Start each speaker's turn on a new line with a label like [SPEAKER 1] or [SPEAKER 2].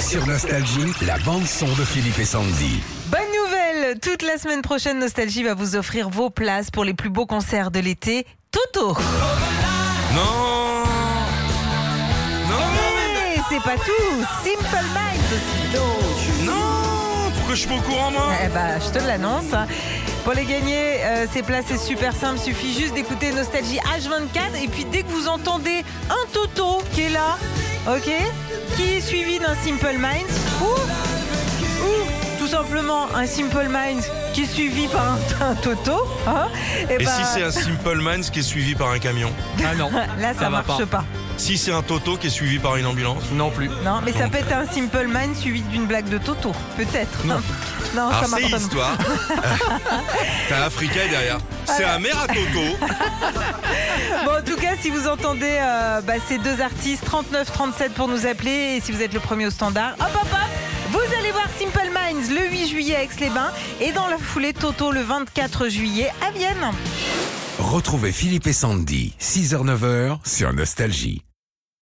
[SPEAKER 1] Sur Nostalgie, la bande-son de Philippe et Sandy.
[SPEAKER 2] Bonne nouvelle Toute la semaine prochaine, Nostalgie va vous offrir vos places pour les plus beaux concerts de l'été. Toto
[SPEAKER 3] Non Non
[SPEAKER 2] Et Eh, c'est pas tout Simple Minds aussi
[SPEAKER 3] Non Pourquoi je suis pas au courant, moi
[SPEAKER 2] Eh bah, je te l'annonce. Pour les gagner, euh, ces places, c'est super simple. Suffit juste d'écouter Nostalgie H24. Et puis, dès que vous entendez un Toto qui est là, OK Qui est suivi d'un Simple Minds ou, ou tout simplement un Simple Minds qui est suivi par un, un Toto, hein, eh
[SPEAKER 3] Et
[SPEAKER 2] ben,
[SPEAKER 3] si c'est un Simple Minds qui est suivi par un camion
[SPEAKER 4] Ah non,
[SPEAKER 2] Là, ça,
[SPEAKER 4] Ça va
[SPEAKER 2] marche
[SPEAKER 4] pas.
[SPEAKER 2] pas.
[SPEAKER 3] Si c'est un Toto qui est suivi par une ambulance
[SPEAKER 4] non plus.
[SPEAKER 2] Non, mais ça peut être un Simple Mind suivi d'une blague de Toto, peut-être. Non, ça
[SPEAKER 3] Alors Ah, c'est
[SPEAKER 2] marche pas.
[SPEAKER 3] histoire T'as Africa derrière C'est un maire à Toto
[SPEAKER 2] Bon, en tout cas, si vous entendez euh, bah, ces deux artistes, 39-37 pour nous appeler. Et si vous êtes le premier au standard, hop, hop, hop vous allez voir Simple Minds le 8 juillet à Aix-les-Bains et dans la foulée Toto le 24 juillet à Vienne.
[SPEAKER 1] Retrouvez Philippe et Sandy, 6h-9h, sur Nostalgie.